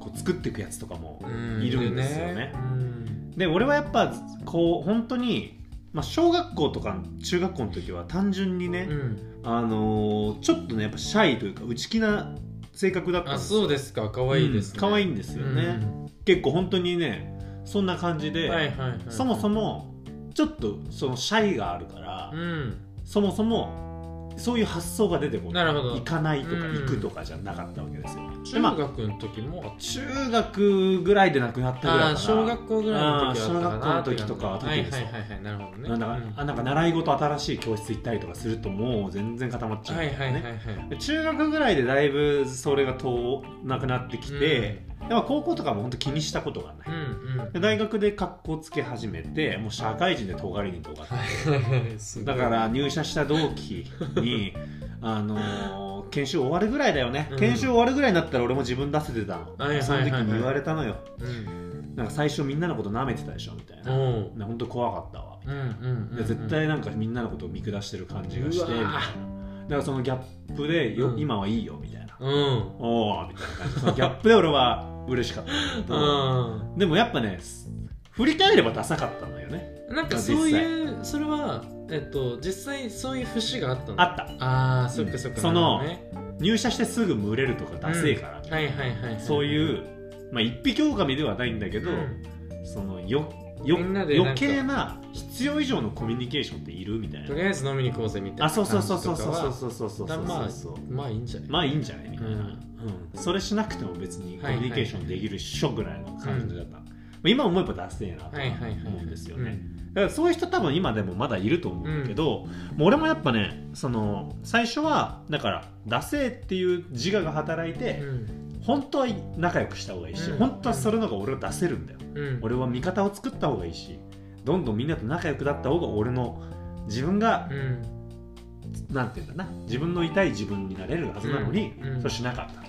S2: こう作っていくやつとかも
S1: うん
S2: いるんですよね。
S1: うん
S2: で俺はやっぱこう本当に、まあ、小学校とか中学校の時は単純にね、
S1: うん
S2: あのーちょっとねやっぱシャイというか内気な性格だったん
S1: あ
S2: です
S1: そうですか可愛いです、ね
S2: うん可愛いんですよね結構本当にねそんな感じ
S1: う
S2: で、
S1: んはいはいはい
S2: そもそ
S1: も
S2: もちょっとそのシャイがあるから、
S1: うん
S2: そもそもそういう発想が出てこない
S1: なるほど
S2: 行かないとか
S1: うん
S2: 行くとかじゃなかったわけですよ、で
S1: 中
S2: まあ
S1: 学の時もあっ
S2: 中学ぐらいで亡くなったぐらいか
S1: あ
S2: な
S1: ー小学校ぐらいの時はあったかな
S2: あー小学校の時とかは特にそう
S1: はいはいはいはいなるほどね
S2: なんだか、
S1: うん
S2: あなんか習い事新しい教室行ったりとかするともう全然固まっちゃう
S1: は
S2: ん
S1: い
S2: だよ
S1: はい
S2: ね、
S1: はいはい
S2: で中学ぐらいでだいぶそれが遠なくなってきて、やっぱ高校とかも本当気にしたことがない、
S1: うんうん
S2: で大学で格好つけ始めてもう社会人で尖りに尖って
S1: はい
S2: だから入社した同期 にあのー研修終わるぐらいだよね、
S1: うん
S2: 研修終わるぐらいになったら俺も自分出せてたの、
S1: はいはいはいはい
S2: その時に言われたのよ
S1: うん
S2: なんか最初みんなのこと舐めてたでしょみたいな、
S1: おう
S2: ね本当怖かったわ
S1: うんうんうん
S2: で絶対なんかみんなのことを見下してる感じがしてみたいな
S1: うわ
S2: だからそのギャップでよ、
S1: うん
S2: 今はいいよみたいな
S1: うん
S2: おおみたいな感じでそのギャップで俺は嬉しかったん
S1: う
S2: だ
S1: ん
S2: けどでもやっぱね振り返ればダサかったのよね
S1: なんかそういうそれはえっと実際そういう節があったの
S2: あった
S1: あーそっかそっか
S2: そ
S1: なる
S2: の
S1: ほどね
S2: 入社してすぐ群れるとかダセえから、
S1: はいはいはいはい
S2: そういう、まあ、一匹狼ではないんだけど、
S1: うん
S2: そのよよ
S1: みんなでなんか
S2: 余計な必要以上のコミュニケーションっているみたい
S1: と
S2: な
S1: りあえず飲みに行こうぜみたいな
S2: あそうそうそうそうそうそう
S1: う
S2: そうそうそう
S1: だまあ
S2: そう
S1: まあいいんじゃない
S2: まあいいんじゃないみたいな、
S1: うん
S2: うんそれしなくても別にコミュニケーションできるっしょぐらいの感じだった、まあ今思えばダセえなと
S1: はいはいはい
S2: 思うんですよね、だからそういう人多分今でもまだいると思うんだけど、もう俺もやっぱねその最初はだからダセえっていう自我が働いて、
S1: うんうん
S2: 本当は仲良くした方がいいし、
S1: うん
S2: 本当はそれの方が俺を出せるんだよ、
S1: うん
S2: 俺は味方を作った方がいいしどんどんみんなと仲良くなった方が俺の自分が
S1: う、ん
S2: なんていうんだな自分の痛い自分になれるはずなのに、
S1: うんうん
S2: そうしなかった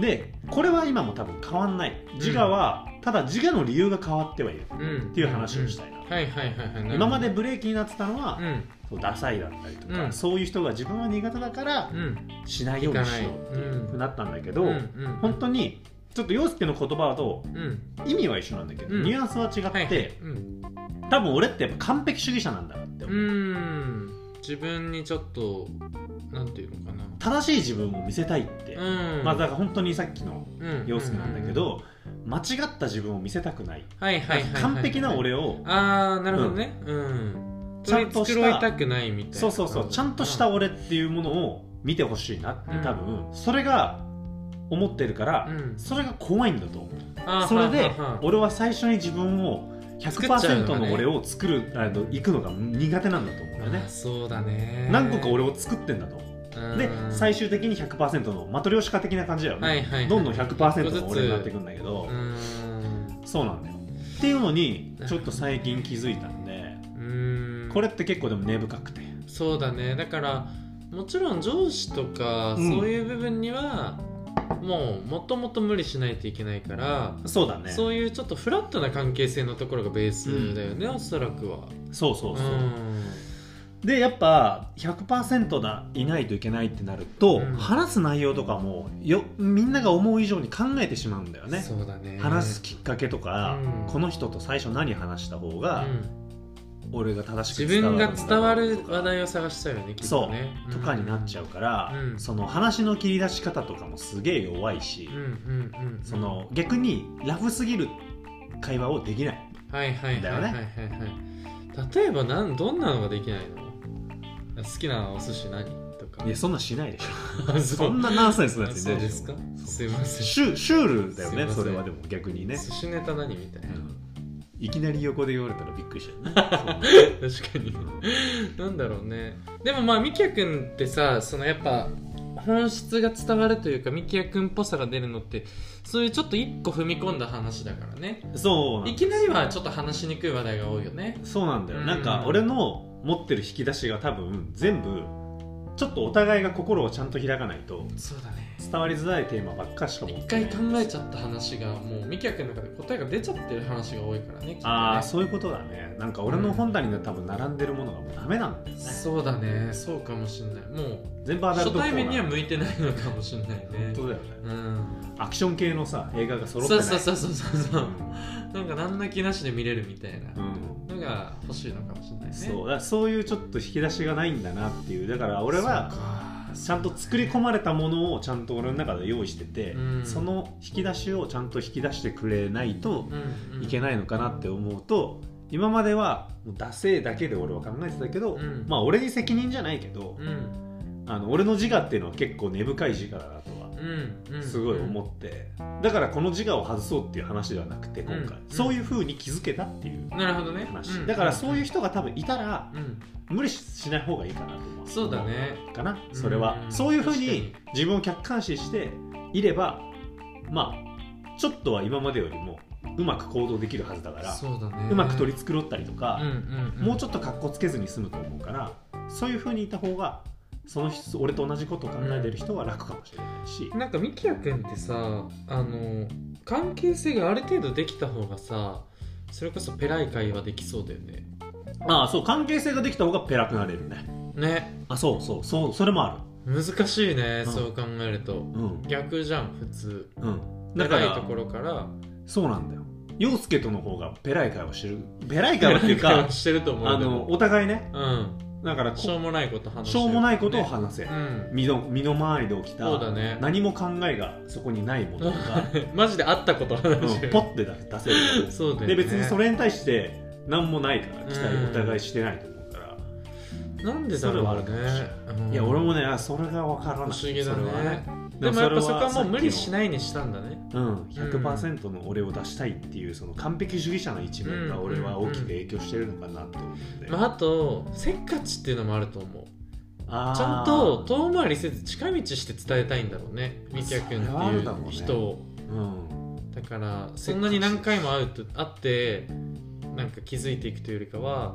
S2: でこれは今も多分変わんない自我は、ただ自我の理由が変わってはいる
S1: うん
S2: っていう話をしたいな、
S1: はいはいはいはい
S2: 今ま
S1: で
S2: でブレーキになってたのは
S1: う、ん
S2: そうダサいだったりとか、
S1: うん
S2: そういう人が自分は苦手だから
S1: うん
S2: しないようにしようっていうふうになったんだけど、
S1: うんうん
S2: 本当にちょっと陽介の言葉だと
S1: うん
S2: 意味は一緒なんだけど、
S1: うん
S2: ニュアンスは違って、
S1: はいはいうん
S2: 多分俺ってやっぱ完璧主義者なんだなって
S1: う
S2: 思う、
S1: ん自分にちょっとなんていうのかな
S2: 正しい自分を見せたいって、
S1: うん
S2: まあだから本当にさっきの
S1: うん
S2: 陽介なんだけど、間違った自分を見せたくない,、
S1: はいはいはいはい
S2: 完璧な俺を、
S1: ああなるほどねうん
S2: ちゃんとし
S1: 取
S2: た
S1: り繕いたくないみたいな
S2: そうそうそうちゃんとした
S1: うん
S2: 俺っていうものを見てほしいなって、
S1: うん
S2: 多分それが思ってるから、
S1: うん
S2: それが怖いんだと思う
S1: あー
S2: それで
S1: はあはあはあ
S2: 俺は最初に自分を
S1: っちゃうの
S2: 100%
S1: がね
S2: の俺を作るあの行くのが苦手なんだと思うんだよ
S1: あ
S2: ね
S1: ーそうだね
S2: 何個か俺を作ってんだと思うで
S1: うん
S2: 最終的に100%のマトリョーシカ的な感じだよね、
S1: はいはいはい
S2: どんどん
S1: 一個ず
S2: 100%
S1: つ
S2: の俺になっていくんだけど、
S1: うん
S2: そうなんだよっていうのにちょっと最近気づいたんで
S1: うん
S2: これって結構でも根深くて
S1: そうだねだからもちろん上司とかそう
S2: うん
S1: いう部分には、もうもともと無理しないといけないから、
S2: そうだねそう
S1: そういうちょっとフラットな関係性のところがベースだよね、おそらくは
S2: そうそう
S1: うん
S2: でやっぱ100%だいないといけないってなると、
S1: うん
S2: 話す内容とかもよみんなが思う以上に考えてしまうんだよね
S1: そうだね
S2: 話すきっかけとか、
S1: うん
S2: この人と最初何話した方
S1: う
S2: が
S1: ん
S2: 俺が正しく
S1: 自分が伝わ
S2: んだろう
S1: る
S2: とか
S1: 話題を探したいよねきっ
S2: そ
S1: と
S2: う、
S1: ね
S2: とかになっちゃうから、
S1: うん
S2: その話の切り出し方とかもすげえ弱いし、
S1: うんうんうんうん
S2: その逆にラフすぎる会話をできない
S1: はいはいはいはいはい、はい、例えばなんどんなのができないの好きなお寿司何とか
S2: いやそんなんしないでし
S1: あそ
S2: ょ
S1: う
S2: そんなナンセンスなや
S1: あ
S2: つ
S1: そ
S2: いうない
S1: で
S2: でし
S1: すか
S2: ょ
S1: すいません
S2: シュシュールだよ
S1: すい
S2: ね
S1: ません
S2: それはでも逆にね、
S1: 寿司ネタ何みたいな
S2: うんいきなり横で言われたらびっくりしちゃ うねそうね
S1: 確かになんだろうねでもまあみきやくんってさそのやっぱ本質が伝わるというかみきやくんっぽさが出るのってそういうちょっと一個踏み込んだ話だからね
S2: そうなんだ
S1: いきなりはちょっと話しにくい話題が多いよね
S2: そうなんだよ、
S1: うん
S2: なんか俺の持ってる引き出しが多分全部ちょっとお互いが心をちゃんと開かないと
S1: そうだね
S2: 伝わりづらいテーマばっかしか持っ
S1: 一
S2: て
S1: 回
S2: ない
S1: 考えちゃった話がもうみきやくんの中で答えが出ちゃってる話が多いからねきっとね
S2: ああそういうことだねなんか俺の本棚には多分並んでるものがもうダメなんだよね
S1: そうだねそうかもしんないもう
S2: 全部アダル
S1: 初
S2: トコーナー
S1: 対面には向いてないのかもしんないね
S2: 本当だよね
S1: うん
S2: アクション系のさ映画が
S1: そ
S2: 揃
S1: う
S2: って
S1: そ
S2: な
S1: う
S2: い
S1: そうそうそうそううんなんか何の気なしで見れるみたいな
S2: う
S1: の
S2: ん
S1: が欲しいのかもしれないね。
S2: そうだからそういうちょっと引き出しがないんだなっていうだから俺はちゃんと作り込まれたものをちゃんと俺の中で用意してて、
S1: うん
S2: その引き出しをちゃんと引き出してくれないといけ
S1: ない。
S2: ないのかなって思うと、今まではもう惰性だけで俺は考えてたけど、
S1: うん
S2: まあ俺に責任じゃないけど、
S1: うん
S2: あの俺の自我っていうのは結構根深い自我だなとは
S1: うんうん。
S2: すごい思って、だからこの自我を外そうっていう話ではなくて今回、
S1: うん
S2: そういうふうに気づけたっていう
S1: なるほどね。
S2: 話、
S1: うん
S2: だからそういう。人が多分いたら
S1: うん
S2: 無理しない方がいいかなと思う
S1: そうだね
S2: かな
S1: うん
S2: それは、
S1: うん
S2: そういうふう
S1: 確
S2: に自分を客観視していればまあちょっとは今までよりもうまく行動できるはずだから
S1: そうだね。
S2: うまく取
S1: り。
S2: り繕ったりと
S1: うん
S2: か、
S1: うん。
S2: もうち
S1: ょっ
S2: ょっとかっこつけずに済むと思うからそういうふうにいた方がその人俺と同じことを考えてる人は楽かもしれないし、
S1: なんかみきやくんってさあの関係性がある程度できた方がさそれこそペライ会話できそうだよね。
S2: ああそう関係性ができた方がペラくなれるね
S1: ね
S2: あそうそうそうそれもあ
S1: 難しいね、
S2: うん
S1: そう考えると。
S2: るうん
S1: 逆じゃん普通。
S2: うんだか
S1: 長いと
S2: ら
S1: ころから
S2: そうなんだよ陽介との方がペライ会話してるペライ会話っていうか
S1: してると思う
S2: あ
S1: で
S2: の
S1: も
S2: お互いね
S1: うん。
S2: だからこ
S1: しょうもないこと話
S2: しょうもないことを
S1: 話
S2: 話せ、
S1: うん
S2: 身の身の回りで起きた
S1: そうだね
S2: 何も考えがそこにないも のとか、
S1: マジであったこと
S2: うん
S1: 話してる
S2: ポッて出出せるもの
S1: そうだよね
S2: で別にそれに対して何もないから期待
S1: うん
S2: お互いしてないと思うから、
S1: なんでだろう
S2: それはあるかもし
S1: ね、うん
S2: いや俺もねあそれが分からない
S1: 不思議だ
S2: それは
S1: ねで
S2: でも
S1: も
S2: や
S1: や
S2: っ
S1: っ
S2: ぱ
S1: ぱ
S2: そ
S1: そこ
S2: れは
S1: はもう無理しないにしたんだね
S2: うん、100%の俺を出したいっていうその完璧主義者の一面が俺は大きく影響してるのかなと思うんで、
S1: まああとせっかちっていうのもあると思う
S2: あー
S1: ちゃんと遠回りせず近道して伝えたいんだろうねみきやくんって
S2: それはあ
S1: い
S2: るだろう
S1: う
S2: ね
S1: 人を
S2: うん
S1: だからそんなに何回も会うと会ってなんか気づいていくというよりかは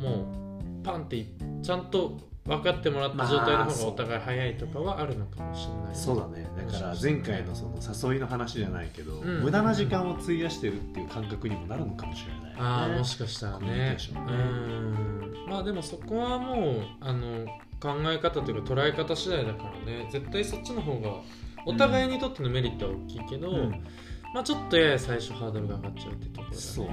S1: もうパンってちゃんと分かってもらった状態の
S2: まあ
S1: 方
S2: そ
S1: が
S2: う
S1: お互い早いとかはあるのかもしれない、
S2: そうだねだから前回のその誘いの話じゃないけど、
S1: うん
S2: 無駄な時間を費やしてるっていう感覚にもなるのかもしれない、ね、
S1: ああもしかしたら
S2: コミュニケ
S1: ね
S2: ーシ
S1: う
S2: ョンね
S1: んまあでもそこはもうあの考え方というか捉え方次第だからね絶対そっちの方がお互いにとってのメリットは大きいけど、
S2: うん
S1: まあちょっとやや最初ハードルが上がっちゃうってところだね
S2: そう
S1: う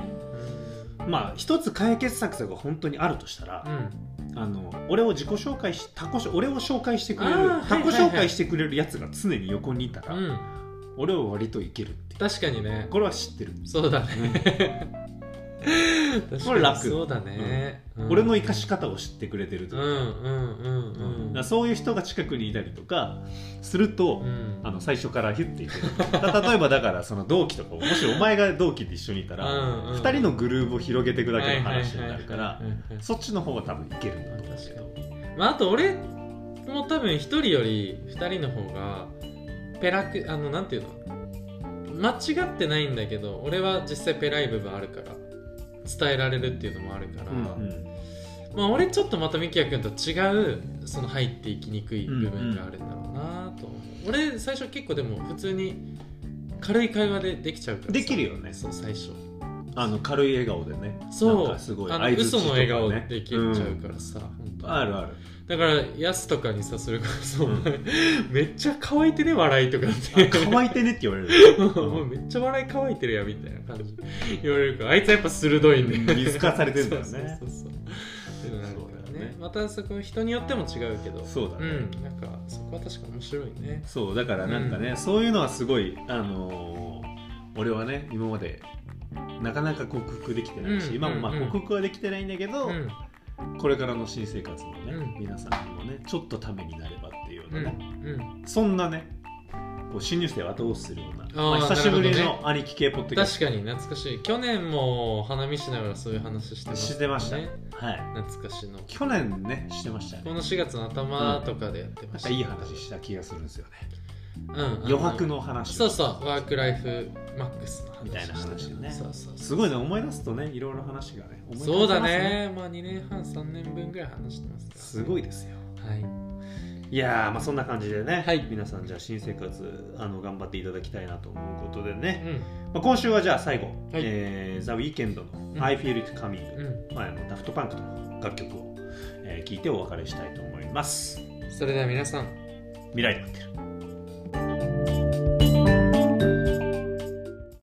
S2: まあ一つ解決策が本当にあるとしたら、
S1: ん、
S2: あの俺を自己紹介し他己紹俺を紹介してくれる
S1: あー
S2: 他己
S1: はいはいはい
S2: 紹介してくれるやつが常に横にいた
S1: う
S2: ら、
S1: んうん、
S2: 俺は割といけるっていう
S1: 確かにね
S2: これは知ってる、
S1: そうだね確
S2: こ
S1: か
S2: れ
S1: に
S2: 楽
S1: そうだね、うん
S2: 俺の生かし方を知ってくれてると
S1: う
S2: い
S1: ん
S2: う
S1: う
S2: か
S1: んうん
S2: うんだ
S1: うん
S2: からそういう人が近くにいたりとかすると、
S1: うん
S2: あの最初からヒュッていけるだ例えばだからその同期とかもしお前が同期で一緒にいたら
S1: うんうん
S2: 二人のグルーブを広げていくだけの話になるか
S1: はい
S2: ら
S1: はいはいはい
S2: そっちの方が多分いけるんだと思うけど
S1: まあ、あと俺も多分一人より二人の方がペラくあのなんていうの間違ってないんだけど俺は実際ペラい部分あるから伝えられるっていうのもあるから、
S2: うん
S1: まあ俺ちょっとまたみきやくんと違うその入っていきにくい部分があるんだろうなと思う、俺最初結構でも普通に軽い会話でできちゃうから
S2: できるよね
S1: そう最初
S2: あの軽い笑顔でね
S1: そう
S2: なんかすごい
S1: あの
S2: 相槌
S1: 嘘
S2: とか
S1: の
S2: ね
S1: 笑顔できちゃうからさ、本
S2: う
S1: 当
S2: んあるある
S1: だからやすとかにさそれこそ、
S2: うん
S1: めっちゃ乾いてね笑いとかって
S2: あ乾いてねって言われる
S1: もうめっちゃ笑い乾いてるやみたいな感じ言われるからあいつはやっぱ鋭いんで
S2: うん見透かされてんだよね
S1: そうそうそうっていうのがあるから
S2: そうだよね
S1: ねまたそこ人によっても違うけど
S2: そうだ
S1: う
S2: ね、
S1: んなんかそこは確か面白いね
S2: そうだからなんかね、そういうのはすごいあのー俺はね今までなかなか克服できてないし、
S1: うん
S2: 今もまあ
S1: うんうん
S2: 克服はできてないんだけど、
S1: うん
S2: これからの新生活のね、
S1: うん
S2: 皆さんにもねちょっとためになればっていうよう
S1: う
S2: なね、
S1: ん
S2: そんなねこう新入生を後押しするようなまあ、
S1: あー
S2: 久しぶり
S1: なるほ
S2: の兄貴系ポッ
S1: う
S2: ド
S1: ん、
S2: キャ
S1: 確
S2: ス
S1: かに懐かしい去年も花見しながらそういう話して
S2: ト
S1: ました、ね、
S2: してました、はい
S1: 懐かしの
S2: 去年ねしてました
S1: こ
S2: ね
S1: の4月の頭とかでやってま
S2: なん
S1: した、
S2: かいい話した気がするんですよね
S1: うんあの
S2: 余白の話
S1: そうそうワークライフマックスの話
S2: みたいな話よね
S1: そうそう
S2: すごいね思い出すとねいろいろ話がね思い出せます
S1: そうだねまあ2年半3年分ぐらい話してますから
S2: すごいですよ
S1: はい
S2: いやーまあそんな感じでね、
S1: はい
S2: 皆さんじゃあ新生活あの頑張っていただきたいなと思うことで
S1: う
S2: ね、
S1: ん
S2: まあ、今週はじゃあ最後、
S1: はい
S2: えー、ザ・ウィーケンド
S1: う
S2: の「
S1: ん
S2: I Feel It Coming、
S1: う
S2: まあ、あのダフトパンクの楽曲を聴、えー聞いてお別れしたいと思います
S1: んそれでは皆さん
S2: 未来に待ってる